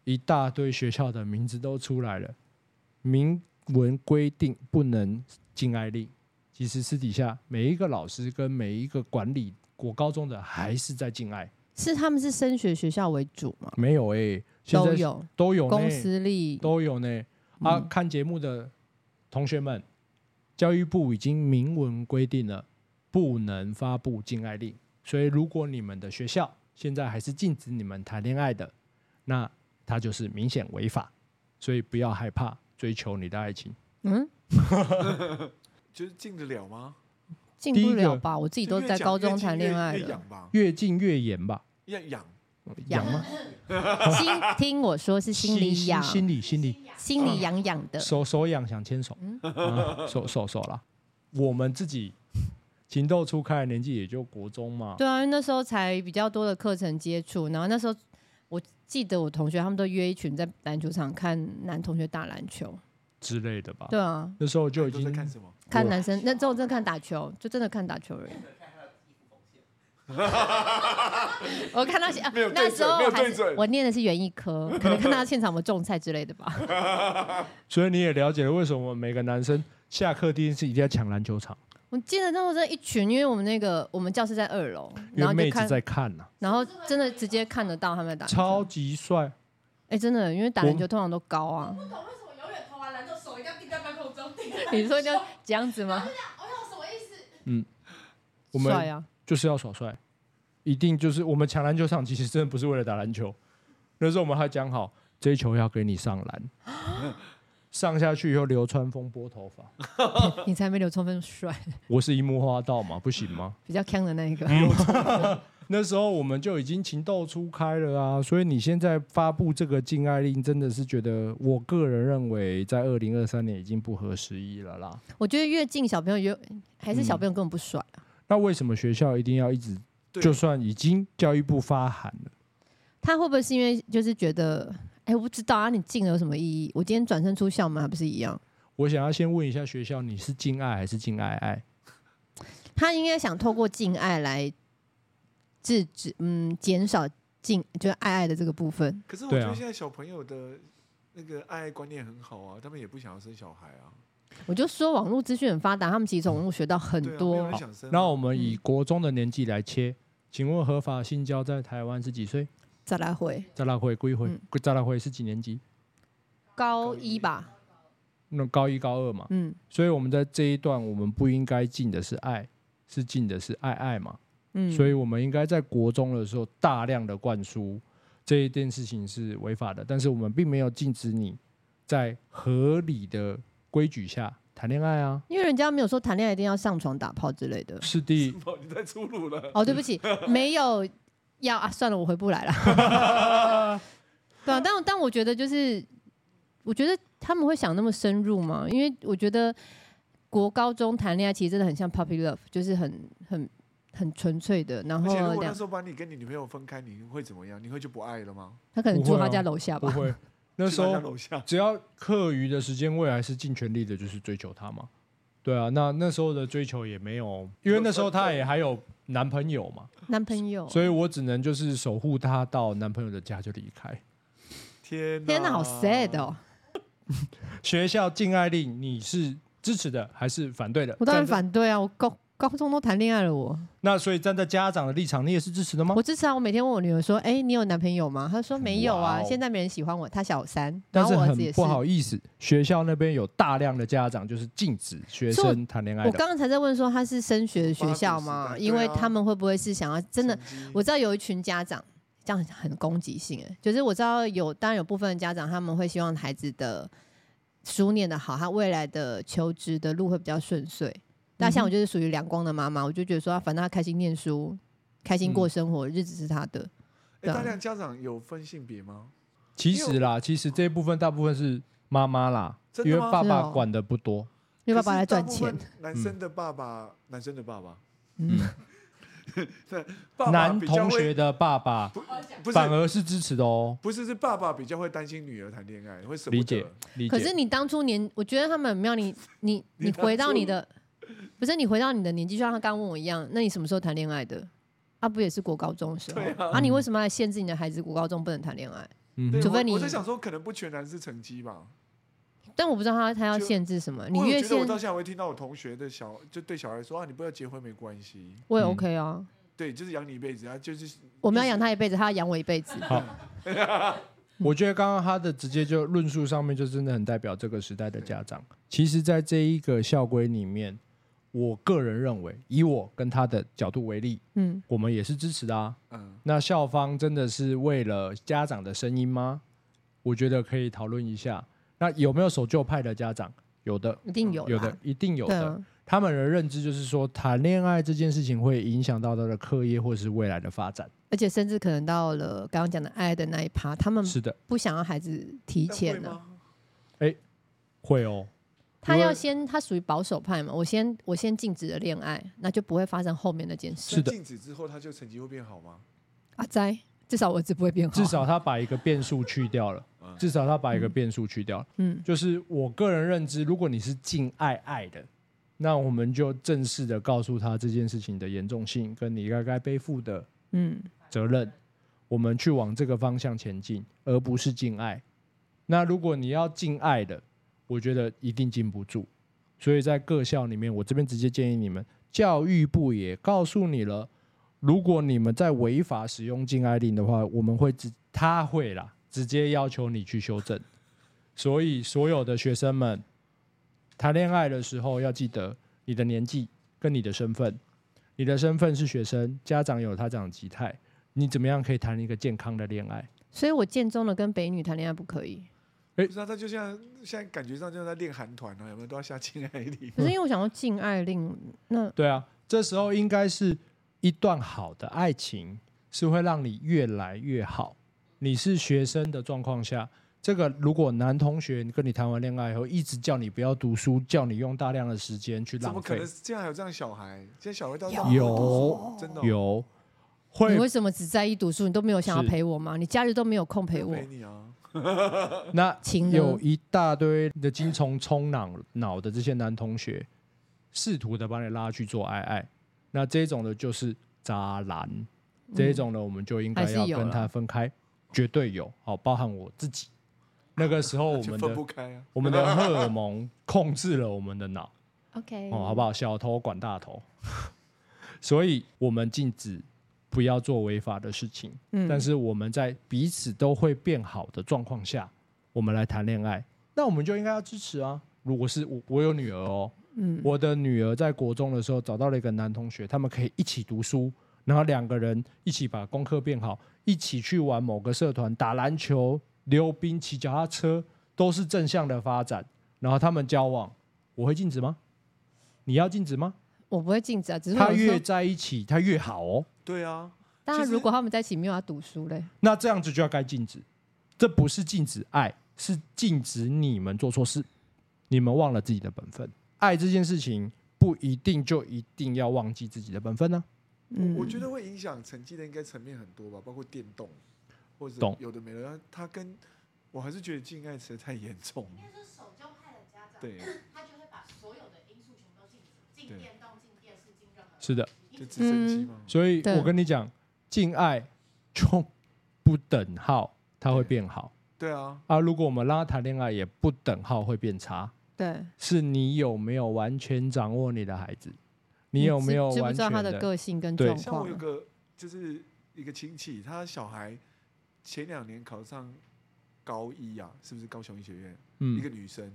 Speaker 4: 一大堆学校的名字都出来了，明文规定不能禁爱令。其实私底下每一个老师跟每一个管理国高中的还是在禁爱，
Speaker 2: 是他们是升学学校为主嘛，
Speaker 4: 没有哎、现
Speaker 2: 都
Speaker 4: 在
Speaker 2: 有
Speaker 4: 都有呢
Speaker 2: 公私立
Speaker 4: 都有呢啊！
Speaker 2: 嗯
Speaker 4: 看节目的同学们，教育部已经明文规定了，不能发布禁爱令。所以，如果你们的学校现在还是禁止你们谈恋爱的，那它就是明显违法。所以，不要害怕追求你的爱情。
Speaker 2: 嗯，
Speaker 6: 就是进得了吗？
Speaker 2: 进
Speaker 4: 第
Speaker 2: 不
Speaker 4: 一个
Speaker 2: 了吧？我自己
Speaker 6: 你
Speaker 2: 都在高中谈恋爱了。
Speaker 6: 痒吧，
Speaker 4: 越禁越严吧？
Speaker 6: 要痒，
Speaker 2: 痒
Speaker 4: 吗？ [LAUGHS]
Speaker 2: 心听我说是心里痒，
Speaker 4: 心里心嗯里
Speaker 2: 心里痒痒的。嗯
Speaker 4: 手手痒想牵手，啊手手手啦。我们自己情窦初开的年纪也就国中嘛，
Speaker 2: 对啊，因为那时候才比较多的课程接触，然后那时候我记得我同学他们都约一群在篮球场看男同学打篮球。
Speaker 4: 之类的吧。
Speaker 2: 对啊，
Speaker 4: 那时候就已
Speaker 6: 都在
Speaker 4: 经
Speaker 6: 看什么？
Speaker 2: 看男生那之后真的看打球，就真的看打球
Speaker 6: [LAUGHS]
Speaker 2: 而已。我看到现、啊
Speaker 6: 没有对
Speaker 2: 那
Speaker 6: 准
Speaker 2: 时候
Speaker 6: 没有
Speaker 2: 还
Speaker 6: 对准
Speaker 2: 是我念的是园艺科，可能看到现场有没有种菜之类的吧。
Speaker 4: 所以你也了解了为什么每个男生下课第一件事一定要抢篮球场，
Speaker 2: 我记得那时候真的一群，因为我们那个我们教室在二楼，
Speaker 4: 因
Speaker 2: 然
Speaker 4: 为
Speaker 2: 后
Speaker 4: 妹
Speaker 2: 就
Speaker 4: 子
Speaker 2: 看，啊
Speaker 4: 在看呐、
Speaker 2: 然后真的直接看得到他们在打篮球。
Speaker 4: 超级帅。
Speaker 2: 哎、真的，因为打
Speaker 4: 我
Speaker 2: 篮球通常都高啊。
Speaker 7: 不懂为什么永远投完篮之后手一定要定在半空中，定在半空中
Speaker 2: 你说就这样子吗？
Speaker 7: 我有什么意思？
Speaker 4: 我
Speaker 2: 帅
Speaker 4: 们
Speaker 2: 啊！
Speaker 4: 就是要耍帅，一定就是我们抢篮球场，其实真的不是为了打篮球。那时候我们还讲好，这一球要给你上
Speaker 2: [GASPS]
Speaker 4: 篮，上下去以后流川枫拨头发，
Speaker 2: 你才没刘聪峰帅，
Speaker 4: 我是樱木花道嘛，不行吗？
Speaker 2: 比较强的那一个。
Speaker 4: 嗯那时候我们就已经情窦初开了啊，所以你现在发布这个禁爱令，真的是觉得我个人认为在二零二三年已经不合时宜了啦。
Speaker 2: [LAUGHS] 我觉得越近小朋友越还是小朋友根本不帅啊。
Speaker 4: 那为什么学校一定要一直？
Speaker 6: 对
Speaker 4: 就算已经教育部发函了，
Speaker 2: 他会不会是因为就是觉得，哎，我不知道啊，你近了有什么意义？我今天转身出校门还不是一样？
Speaker 4: 我想要先问一下学校，你是禁爱还是禁爱爱？
Speaker 2: 他应该想透过敬爱来制止，嗯，减少敬就是爱爱的这个部分。
Speaker 6: 可是我
Speaker 4: 对
Speaker 6: 觉
Speaker 4: 啊
Speaker 6: 得现在小朋友的那个爱观念很好啊，他们也不想要生小孩啊，
Speaker 2: 我就说网络资讯很发达，他们其实从网络学到很
Speaker 6: 对啊，没
Speaker 2: 多。
Speaker 6: 有人想生啊。
Speaker 4: 那我们以
Speaker 2: 嗯
Speaker 4: 国中的年纪来切，请问合法性交在台湾是几岁？
Speaker 2: 再来回
Speaker 4: 再拉回归回
Speaker 2: 嗯，
Speaker 4: 再拉回是几年级？
Speaker 2: 高一吧，
Speaker 4: 那高一高二嘛。
Speaker 2: 嗯
Speaker 4: 所以我们在这一段，我们不应该禁的是爱，是禁的是爱爱嘛。
Speaker 2: 嗯，
Speaker 4: 所以我们应该在国中的时候大量的灌输这一件事情是违法的，但是我们并没有禁止你在合理的规矩下谈恋爱啊。
Speaker 2: 因为人家没有说谈恋爱一定要上床打炮之类的。
Speaker 4: 是的，
Speaker 6: 哦你在出路了，
Speaker 2: 哦，对不
Speaker 4: [LAUGHS]
Speaker 2: 起，没有要啊，算了，我回不来了。
Speaker 4: [LAUGHS]
Speaker 2: 对啊，但但我觉得就是，我觉得他们会想那么深入吗？因为我觉得国高中谈恋爱其实真的很像 puppy love，就是很很很纯粹的。然
Speaker 6: 而且
Speaker 2: 后
Speaker 6: 如果那
Speaker 2: 两
Speaker 6: 时候把你跟你女朋友分开，你会怎么样？你会就不爱了吗？
Speaker 2: 他可能住
Speaker 4: 不会
Speaker 2: 他
Speaker 4: 啊
Speaker 2: 家楼下
Speaker 4: 不
Speaker 2: 吧。
Speaker 4: 会，那时
Speaker 6: 去她
Speaker 4: 候
Speaker 6: 家楼下，
Speaker 4: 只要课余的时间，未来是尽全力的，就是追求她嘛。对啊，那那时候的追求也没有，因为那时候她也还有男朋友嘛，
Speaker 2: 男朋友，
Speaker 4: 所以我只能就是守护她到男朋友的家就离开。
Speaker 6: 天
Speaker 2: 天哪，好
Speaker 4: 啊
Speaker 2: sad 哦！
Speaker 4: 学校禁爱令，你是支持的还是反对的？
Speaker 2: 我当然
Speaker 4: 站在。
Speaker 2: 反对啊，我高高中都谈恋爱了我，我
Speaker 4: 那所以站在家长的立场，你也是支持的吗？
Speaker 2: 支持啊。我每天问我女儿说：“哎、你有男朋友吗？”她说：“没有
Speaker 4: 哇
Speaker 2: 啊，
Speaker 4: 哦
Speaker 2: 现在没人喜欢我。”她小三，然
Speaker 4: 但
Speaker 2: 后
Speaker 4: 是
Speaker 2: 我儿
Speaker 4: 很
Speaker 2: 子也是
Speaker 4: 不。好意思，学校那边有大量的家长就是禁止学
Speaker 2: 所以
Speaker 4: 生谈恋爱
Speaker 2: 我
Speaker 4: 的。
Speaker 2: 刚刚才在问说他是升学的学校
Speaker 6: 八股
Speaker 2: 吗？
Speaker 6: 时代
Speaker 2: 因为
Speaker 6: 对啊
Speaker 2: 他们会不会是想要真的？
Speaker 6: 成绩
Speaker 2: 我知道有一群家长这样很攻击性、欸，就是我知道有，当然有部分的家长他们会希望孩子的书念得好，他未来的求职的路会比较顺遂。那像我就是属于阳光的妈妈，我就觉得说，啊反正他开心念书，开心过生活，日子是他的。
Speaker 6: 哎，
Speaker 2: 对啊
Speaker 6: 大量家长有分性别吗？
Speaker 4: 其实啦，其实这一部分大部分是妈妈啦，
Speaker 6: 真的
Speaker 4: 因
Speaker 6: 吗
Speaker 4: 为爸
Speaker 2: 是
Speaker 4: 爸
Speaker 2: 哦
Speaker 4: 管的不多。
Speaker 2: 因为爸爸来
Speaker 6: 可是
Speaker 2: 赚
Speaker 6: 大部
Speaker 2: 钱
Speaker 6: 分，男生的爸爸，男生的爸爸， [LAUGHS]
Speaker 2: 嗯，
Speaker 6: 爸爸
Speaker 4: 男
Speaker 6: 比较
Speaker 4: 同
Speaker 6: 会
Speaker 4: 学的爸爸
Speaker 6: 不是
Speaker 4: 反而是支持的哦，
Speaker 6: 不是是爸爸比较会担心女儿谈恋爱，会舍不得
Speaker 4: 理解理
Speaker 2: 可是
Speaker 4: 解。
Speaker 2: 你当初年，我觉得他们很妙。你你
Speaker 6: 你
Speaker 2: 你
Speaker 6: 当
Speaker 2: 回到
Speaker 6: 初
Speaker 2: 你的，不是你回到你的年纪，就像他刚问我一样，那你什么时候谈恋爱的？啊，不也是国高中的时候
Speaker 6: 对
Speaker 2: 啊
Speaker 6: 啊
Speaker 2: 你为什么要限制你的孩子国高中不能谈恋爱？
Speaker 4: 嗯
Speaker 6: 对
Speaker 4: 哼，
Speaker 2: 除非
Speaker 6: 我
Speaker 2: 你
Speaker 6: 我在想说，可能不全然是成绩吧。
Speaker 2: 但我不知道他他要
Speaker 6: 就
Speaker 2: 限制什么。你
Speaker 6: 嗯我有
Speaker 2: 越
Speaker 6: 觉得
Speaker 2: 限
Speaker 6: 我，到现在会听到我同学的小，就对小孩说啊，你不要结婚没关系，
Speaker 2: 我也
Speaker 4: 嗯
Speaker 2: OK 啊。
Speaker 6: 对，就是养你一辈子啊，就是
Speaker 2: 我们要养他一辈子，他要养我一辈子。
Speaker 4: 好我觉得刚刚他的直接就论述上面，就真的很代表这个时代的家长。其实，在这一个校规里面，我个人认为，以我跟他的角度为例，
Speaker 2: 嗯，
Speaker 4: 我们也是支持的啊。
Speaker 6: 嗯，
Speaker 4: 那校方真的是为了家长的声音吗？我觉得可以讨论一下。那有没有守旧派的家长？有的，
Speaker 2: 一定有
Speaker 4: 有
Speaker 2: 啦
Speaker 4: 的，，一定有
Speaker 2: 对
Speaker 4: 的。
Speaker 2: 啊，
Speaker 4: 他们的认知就是说，谈恋爱这件事情会影响到他的课业或是未来的发展。
Speaker 2: 而且甚至可能到了刚刚讲的爱的那一趴，他们
Speaker 4: 是的，
Speaker 2: 不想要孩子提前啊呢、
Speaker 4: 会哦。
Speaker 2: 他
Speaker 4: 因为
Speaker 2: 要先，他属于保守派嘛，我先我先禁止了恋爱，那就不会发生后面那件事
Speaker 4: 是的
Speaker 6: 禁止之后，他就成绩会变好吗？
Speaker 2: 啊。在至少我儿子不会变好，啊
Speaker 4: 至少他把一个变数去掉了，
Speaker 6: 嗯
Speaker 4: 至少他把一个变数去掉了。
Speaker 2: 嗯，
Speaker 4: 就是我个人认知，如果你是敬爱爱的，那我们就正式的告诉他这件事情的严重性，跟你该该背负的
Speaker 2: 嗯
Speaker 4: 责任，我们去往这个方向前进，而不是敬爱。那如果你要敬爱的，我觉得一定禁不住。所以在各校里面，我这边直接建议你们，教育部也告诉你了，如果你们在违法使用禁爱令的话，我们会直他会啦，直接要求你去修正。所以所有的学生们谈恋爱的时候，要记得你的年纪跟你的身份。你的身份是学生，家长有他长级态，你怎么样可以谈一个健康的恋爱？
Speaker 2: 所以我建中的跟北女谈恋爱不可以，
Speaker 6: 不知道，他就像现在感觉上就在练韩团啊，有没有都要下禁爱令？
Speaker 4: 嗯
Speaker 2: 可是因为我想要禁爱令，那
Speaker 4: 对啊，这时候应该是一段好的爱情是会让你越来越好。你是学生的状况下，这个如果男同学跟你谈完恋爱以后，一直叫你不要读书，叫你用大量的时间去
Speaker 6: 怎
Speaker 4: [LAUGHS] 浪
Speaker 6: 么可
Speaker 4: 费
Speaker 6: 能，？现在还有这样的小孩？现在小孩到底
Speaker 4: 有
Speaker 6: 真的哦
Speaker 4: 有
Speaker 2: 你
Speaker 4: 会
Speaker 2: 为什么只在意读书？你都没有想要
Speaker 4: 是
Speaker 2: 陪我吗？你假日都没有空陪我
Speaker 6: 陪，你啊？
Speaker 2: [LAUGHS]
Speaker 4: 那
Speaker 2: 情呢
Speaker 4: 有一大堆的精虫冲脑脑的这些男同学，试图的把你拉去做爱爱，那这种的就是渣男，这一种呢我们就应该
Speaker 2: 嗯还
Speaker 4: 要
Speaker 2: 是有
Speaker 4: 跟
Speaker 2: 啦
Speaker 4: 他分开，绝对有，好，包含我自己。那个时候
Speaker 6: [LAUGHS]
Speaker 4: 我
Speaker 6: 就
Speaker 4: 们
Speaker 6: 分
Speaker 4: 的
Speaker 6: 不开啊。
Speaker 4: 我们的荷尔蒙控制了我们
Speaker 2: [LAUGHS]
Speaker 4: 的脑，
Speaker 2: OK，
Speaker 4: 哦，好不？好？小头管大头，所以我们禁止不要做违法的事情。
Speaker 2: 嗯
Speaker 4: 但是我们在彼此都会变好的状况下，我们来谈恋爱，那我们就应该要支持啊。如果是我，我有女儿哦，
Speaker 2: 嗯
Speaker 4: 我的女儿在国中的时候找到了一个男同学，他们可以一起读书，然后两个人一起把功课变好，一起去玩某个社团，打篮球、溜冰、骑脚踏车，都是正向的发展。然后他们交往，我会禁止吗？你要禁止吗？
Speaker 2: 我不会禁止啊，只是
Speaker 4: 他
Speaker 2: 我说
Speaker 4: 越，在一起，他越好哦。
Speaker 6: 对啊，
Speaker 2: 当然
Speaker 6: 其实
Speaker 2: 如果他们在一起没有要读书嘞，
Speaker 4: 那这样子就要该禁止，这不是禁止爱，是禁止你们做错事，你们忘了自己的本分。爱这件事情不一定就一定要忘记自己的本分啊呢、
Speaker 2: 嗯，
Speaker 6: 我觉得会影响成绩的应该层面很多吧，包括电动或者
Speaker 4: 懂
Speaker 6: 有的没的。他跟我还是觉得禁爱实在太严重了。
Speaker 7: 是守旧派的家长，
Speaker 6: 对，啊
Speaker 7: 他就会把所有的因素全部都禁止，禁
Speaker 6: 对
Speaker 7: 电动、禁电视、禁任何。
Speaker 4: 是的，
Speaker 6: 就直升机嘛。
Speaker 4: 所以
Speaker 2: 对
Speaker 4: 我跟你讲，禁爱就不等号，它会变好
Speaker 6: 对啊，
Speaker 4: 啊。如果我们让他谈恋爱，也不等号会变差，
Speaker 2: 对，
Speaker 4: 是你有没有完全掌握你的孩子，你有没有
Speaker 2: 知知不
Speaker 4: 完
Speaker 2: 知道
Speaker 4: 全
Speaker 2: 他的个性跟
Speaker 4: 对
Speaker 2: 状
Speaker 6: 像我
Speaker 2: 况
Speaker 6: 有
Speaker 2: 啊？
Speaker 6: 个就是一个亲戚，他小孩前两年考上高一啊，是不是高雄医学院？一个
Speaker 4: 嗯
Speaker 6: 女生，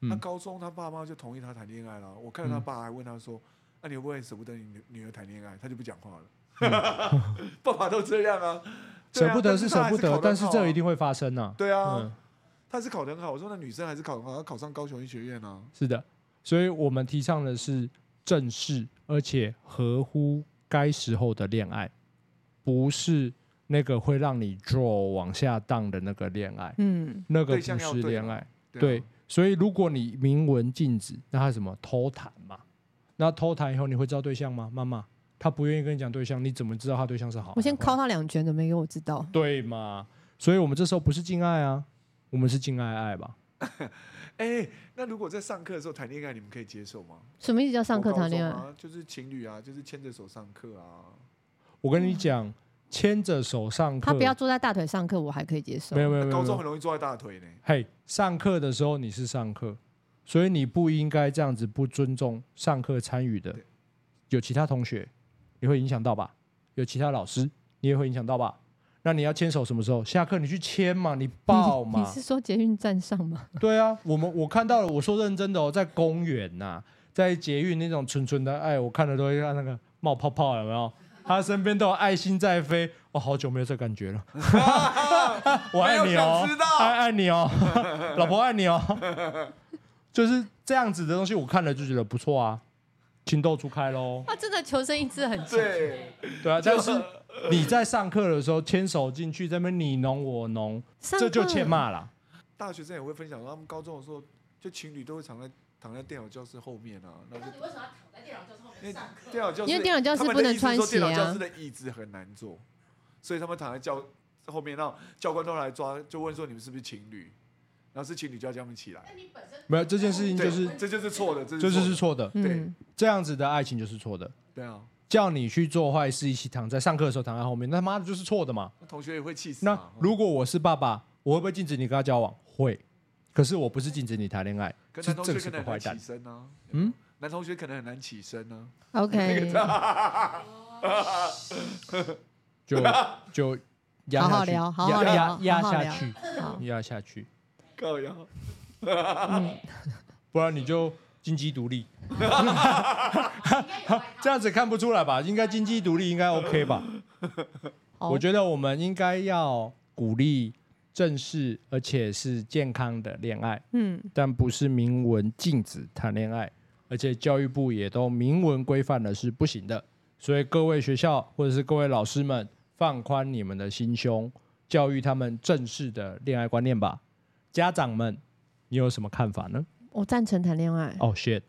Speaker 4: 嗯
Speaker 6: 她高中她爸妈就同意她谈恋爱了。我看到她
Speaker 4: 嗯
Speaker 6: 爸还问她说：“那、你会不会很舍不得你女女儿谈恋爱？”她就不讲话了。 [LAUGHS] 爸爸都这样
Speaker 4: [LAUGHS]
Speaker 6: 啊，对
Speaker 4: 嗯舍
Speaker 6: 啊
Speaker 4: 不得
Speaker 6: 但
Speaker 4: 是
Speaker 6: 是
Speaker 4: 舍
Speaker 6: 她还
Speaker 4: 不
Speaker 6: 是考
Speaker 4: 得，
Speaker 6: 得
Speaker 4: 但是
Speaker 6: 好
Speaker 4: 这
Speaker 6: 啊
Speaker 4: 一定会发生呐、
Speaker 6: 对啊。
Speaker 4: 嗯
Speaker 6: 她是考得很好，我说那女生还是考得很好，她考上高雄医学院啊。
Speaker 4: 是的，所以我们提倡的是正式而且合乎该时候的恋爱，不是那个会让你 draw 往下荡的那个恋爱，
Speaker 2: 嗯，
Speaker 4: 那个
Speaker 6: 对
Speaker 4: 不
Speaker 6: 象要
Speaker 4: 是
Speaker 6: 对
Speaker 4: 恋
Speaker 6: 嘛
Speaker 4: 爱。
Speaker 6: 啊
Speaker 4: 对，所以如果你明文禁止，那他什么偷谈嘛？那偷谈以后你会知道对象吗？妈妈，他不愿意跟你讲对象，你怎么知道他对象是好还是坏？
Speaker 2: 我先敲他两拳，怎么没给我知道？
Speaker 4: 对嘛？所以我们这时候不是敬爱啊，我们是敬爱爱吧？
Speaker 6: 哎、那如果在上课的时候谈恋爱，你们可以接受吗？
Speaker 2: 什么意思叫上课谈恋
Speaker 6: 我高
Speaker 2: 爱？
Speaker 6: 中啊，就是情侣啊，就是牵着手上课啊。
Speaker 4: 我跟你讲，牵着手上课，
Speaker 2: 他不要坐在大腿上课，我还可以接受。
Speaker 4: 啊没有没有没有，
Speaker 6: 哎高中
Speaker 4: 没有
Speaker 6: 很容易坐在大腿呢。
Speaker 4: 嘿，上课的时候你是上课，所以你不应该这样子不尊重上课参与的
Speaker 6: 对
Speaker 4: 有其他同学，你会影响到吧？有其他老师，你也会影响到吧？那你要牵手什么时候？下课你去牵嘛，你抱嘛。
Speaker 2: [LAUGHS] 你是说捷运站上吗？
Speaker 6: [LAUGHS]
Speaker 4: 对啊，我们我看到了，我说认真的哦，在公园呐、在捷运那种纯纯的爱，我看了都会让那个冒泡泡，有没有？他身边都有爱心在飞，我、好久没有这感
Speaker 6: [LAUGHS]
Speaker 4: 觉了。我爱你
Speaker 6: 没有
Speaker 4: 哦
Speaker 6: 想知道，
Speaker 4: 爱爱你
Speaker 6: [LAUGHS]
Speaker 4: 哦，老婆爱你哦，就是这样子的东西，我看了就觉得不错啊，情窦初开喽。
Speaker 2: 他真的求生意志很强。
Speaker 6: 对，
Speaker 4: 对啊，但是你在上课的时候牵手进去，在那边你侬我侬，
Speaker 2: 上
Speaker 4: 这就
Speaker 2: 课
Speaker 4: 欠骂啦。
Speaker 6: 大学生也会分享，他们高中的时候，就情侣都会躺在躺在电脑教室后面啊，那
Speaker 7: 那
Speaker 6: 就
Speaker 7: 你为什么要躺在电脑教室后
Speaker 6: 因为
Speaker 7: 面上课？
Speaker 6: 电脑教室，
Speaker 2: 因为电脑教室
Speaker 6: 他们
Speaker 2: 不能
Speaker 6: 的意思是
Speaker 2: 穿
Speaker 6: 说
Speaker 2: 鞋啊
Speaker 6: 电脑教室的椅子很难坐，所以他们躺在教后面，让教官都来抓，就问说你们是不是情侣，然后是情侣就要叫他们起来，
Speaker 7: 那你本身
Speaker 4: 没有这件事情，嗯就是
Speaker 6: 对这就是错的，这
Speaker 4: 这就是是
Speaker 6: 错
Speaker 4: 错的，
Speaker 2: 嗯，
Speaker 4: 这样子的爱情就是错的。
Speaker 6: 的，对啊，
Speaker 4: 叫你去做坏事，一起躺在上课的时候躺在后面，那他妈的就是错的嘛。
Speaker 6: 那同学也会气死啊
Speaker 4: 那
Speaker 6: 嘛。
Speaker 4: 如果我是爸爸，我会不会禁止你跟他交往？会，可是我不是禁止你谈恋爱，
Speaker 6: 跟
Speaker 4: 是
Speaker 6: 男同
Speaker 4: 这
Speaker 6: 学可
Speaker 4: 个是
Speaker 6: 能
Speaker 4: 个
Speaker 6: 很
Speaker 4: 坏
Speaker 6: 难
Speaker 4: 蛋
Speaker 6: 起。身呢、啊，
Speaker 4: 嗯，
Speaker 6: 男同学可能很难起身啊呢、
Speaker 2: [LAUGHS]
Speaker 6: [LAUGHS]
Speaker 2: OK，
Speaker 4: 就就压
Speaker 2: 好好
Speaker 4: 下去，
Speaker 2: 聊好好
Speaker 4: 压
Speaker 2: 聊
Speaker 4: 压压
Speaker 2: 好好
Speaker 4: 下
Speaker 2: 聊
Speaker 4: 去，
Speaker 2: 好，
Speaker 4: 压下去，
Speaker 6: 啊，高阳，
Speaker 2: 嗯，
Speaker 4: 不然你就金鸡独
Speaker 2: [LAUGHS]
Speaker 4: 立。
Speaker 7: 应该有外
Speaker 4: 这样子看不出来吧？应该经济独立应该 OK 吧？
Speaker 2: 好
Speaker 4: 我觉得我们应该要鼓励正式而且是健康的恋爱，
Speaker 2: 嗯，
Speaker 4: 但不是明文禁止谈恋爱，而且教育部也都明文规范了是不行的。所以各位学校或者是各位老师们，放宽你们的心胸，教育他们正式的恋爱观念吧。家长们，你有什么看法呢？
Speaker 2: 我赞成谈恋爱。
Speaker 4: 哦、shit，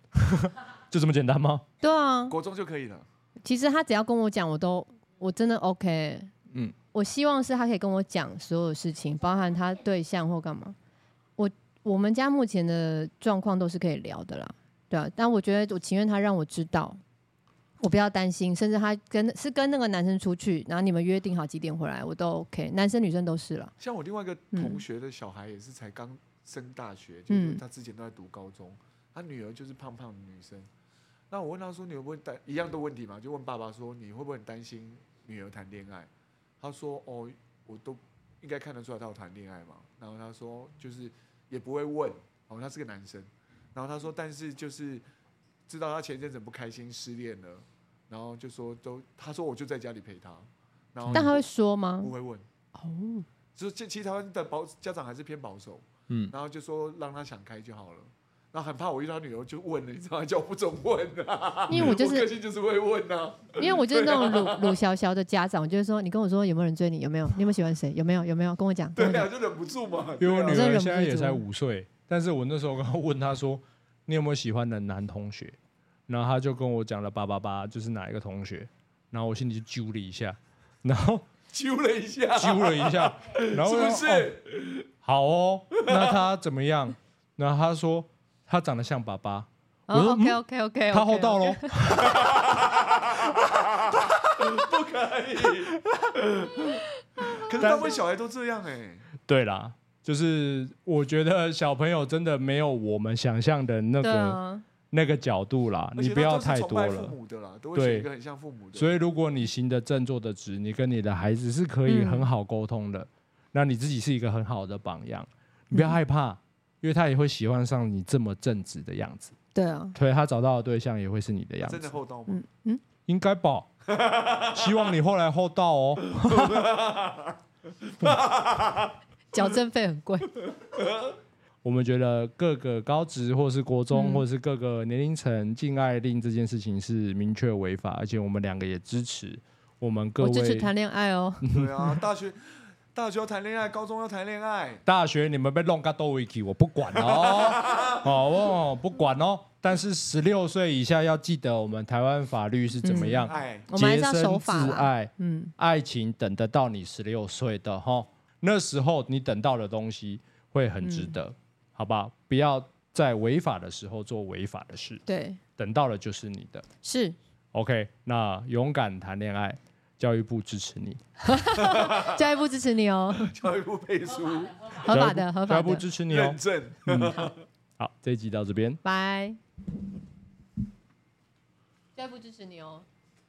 Speaker 4: 就这么简单吗？
Speaker 2: 对啊，
Speaker 6: 国中就可以了。
Speaker 2: 其实他只要跟我讲，我都我真的 OK。
Speaker 4: 嗯
Speaker 2: 嗯，我希望是他可以跟我讲所有事情，包含他对象或干嘛。我我们家目前的状况都是可以聊的啦，对啊。但我觉得我情愿他让我知道，我不要担心，甚至他跟是跟那个男生出去，然后你们约定好几点回来，我都 OK。男生女生都是啦，
Speaker 6: 像我另外一个
Speaker 2: 嗯
Speaker 6: 同学的小孩也是才刚升大学，就是
Speaker 2: 嗯
Speaker 6: 他之前都在读高中，他女儿就是胖胖的女生。那我问他说：“你有没有担一样的问题嘛？”就问爸爸说：“你会不会很担心女儿谈恋爱？”他说：“哦，我都应该看得出来她有谈恋爱嘛。”然后他说：“就是也不会问，哦，他是个男生。”然后他说：“但是就是知道他前一阵子很不开心，失恋了，然后就说都他说我就在家里陪他，然后
Speaker 2: 但他会说吗
Speaker 6: 不？会问。”
Speaker 2: 嗯哦，
Speaker 6: 就是其其实台湾的保家长还是偏保守，
Speaker 4: 嗯
Speaker 6: 然后就说让他想开就好了。然后很怕我遇到女儿就问了，你知道吗？叫我不准问啊，
Speaker 2: 因为我就是
Speaker 6: 个性就是会问啊。
Speaker 2: 因为我就是那种鲁鲁小小的家长，我就是说，你跟我说有没有人追你，有没有，你有没有喜欢谁，有没有，有没有跟我讲，跟
Speaker 6: 对
Speaker 2: 我讲
Speaker 6: 啊，。就忍不住嘛。啊
Speaker 4: 因为我女
Speaker 2: 真
Speaker 4: 儿
Speaker 2: 忍
Speaker 4: 现
Speaker 2: 不
Speaker 4: 在也
Speaker 2: 住
Speaker 4: 才五岁，但是我那时候刚刚问她说，你有没有喜欢的男同学？然后她就跟我讲了八八八，就是哪一个同学。然后我心里就揪了一下，然后
Speaker 6: [LAUGHS] 揪了一下，
Speaker 4: 揪了一下，然后
Speaker 6: 是
Speaker 4: 我
Speaker 6: 不
Speaker 4: 说哦
Speaker 6: 是？
Speaker 4: 好哦，那他怎么样？然后她说他长得像爸爸，我说
Speaker 2: 哦、OK OK
Speaker 6: 哎
Speaker 2: OK，
Speaker 4: 他后到
Speaker 2: 了。
Speaker 4: 喽。
Speaker 6: 可是大部分小孩都这样哎，
Speaker 4: [LAUGHS] 对啦，就是我觉得小朋友真的没有我们想象的那
Speaker 2: 对
Speaker 4: 个
Speaker 2: 啊，
Speaker 4: 那个角度啦，
Speaker 6: 而
Speaker 4: 你
Speaker 6: 且
Speaker 4: 不
Speaker 6: 他
Speaker 4: 要
Speaker 6: 都
Speaker 4: 太
Speaker 6: 是崇
Speaker 4: 多
Speaker 6: 拜父
Speaker 4: 了。
Speaker 6: 母的啦，都会
Speaker 4: 对
Speaker 6: 选一个很像父母的。
Speaker 4: 所
Speaker 6: 以
Speaker 4: 以，如果你行得正，坐得直，你跟你的孩子是可以
Speaker 2: 嗯
Speaker 4: 很好沟通的。那你自己是一个很好的榜样，你不
Speaker 2: 嗯
Speaker 4: 要害怕，因为他也会喜欢上你这么正直的样子。
Speaker 2: 对啊，
Speaker 4: 对他找到的对象也会是你的样
Speaker 6: 啊真的
Speaker 4: 子，
Speaker 6: 厚道吗？
Speaker 2: 嗯嗯，
Speaker 4: 应
Speaker 6: [LAUGHS]
Speaker 4: 该吧？希望你后来厚道哦。
Speaker 2: 矫正费很贵。
Speaker 4: 我们觉得各个高职或是国中、
Speaker 2: 嗯
Speaker 4: 或是各个年龄层禁爱令这件事情是明确违法，而且我们两个也支持我们各
Speaker 2: 我支持
Speaker 4: 位
Speaker 2: 谈恋爱哦，
Speaker 6: 对啊，大学大学要谈恋爱，高中要谈恋爱，
Speaker 4: 大学你们被弄个都 wiki，我不管
Speaker 2: [LAUGHS]
Speaker 4: 哦，哦，我不管哦。但是十六岁以下要记得我们台湾法律是怎么样，
Speaker 6: 爱
Speaker 2: 嗯我们还
Speaker 4: 洁
Speaker 2: 是要守
Speaker 4: 身
Speaker 2: 法
Speaker 4: 自
Speaker 2: 啦。
Speaker 4: 爱，
Speaker 2: 嗯，
Speaker 4: 爱情等得到你十六岁的哈，那时候你等到的东西会很值得，
Speaker 2: 嗯
Speaker 4: 好吧？不要在违法的时候做违法的事，
Speaker 2: 对，
Speaker 4: 等到了就是你的。
Speaker 2: 是
Speaker 4: OK，那勇敢谈恋爱，教育部支持你，
Speaker 2: 教育部支持你
Speaker 4: [LAUGHS]
Speaker 2: 哦，
Speaker 6: 教育部背书
Speaker 2: 合法的，
Speaker 4: 教育
Speaker 2: 合
Speaker 4: 部教
Speaker 2: 法
Speaker 4: 育部
Speaker 2: 的，嗯
Speaker 4: 支持你哦
Speaker 6: 认。证。
Speaker 4: 好，这一集到这边。
Speaker 2: 拜。教育部支持你哦，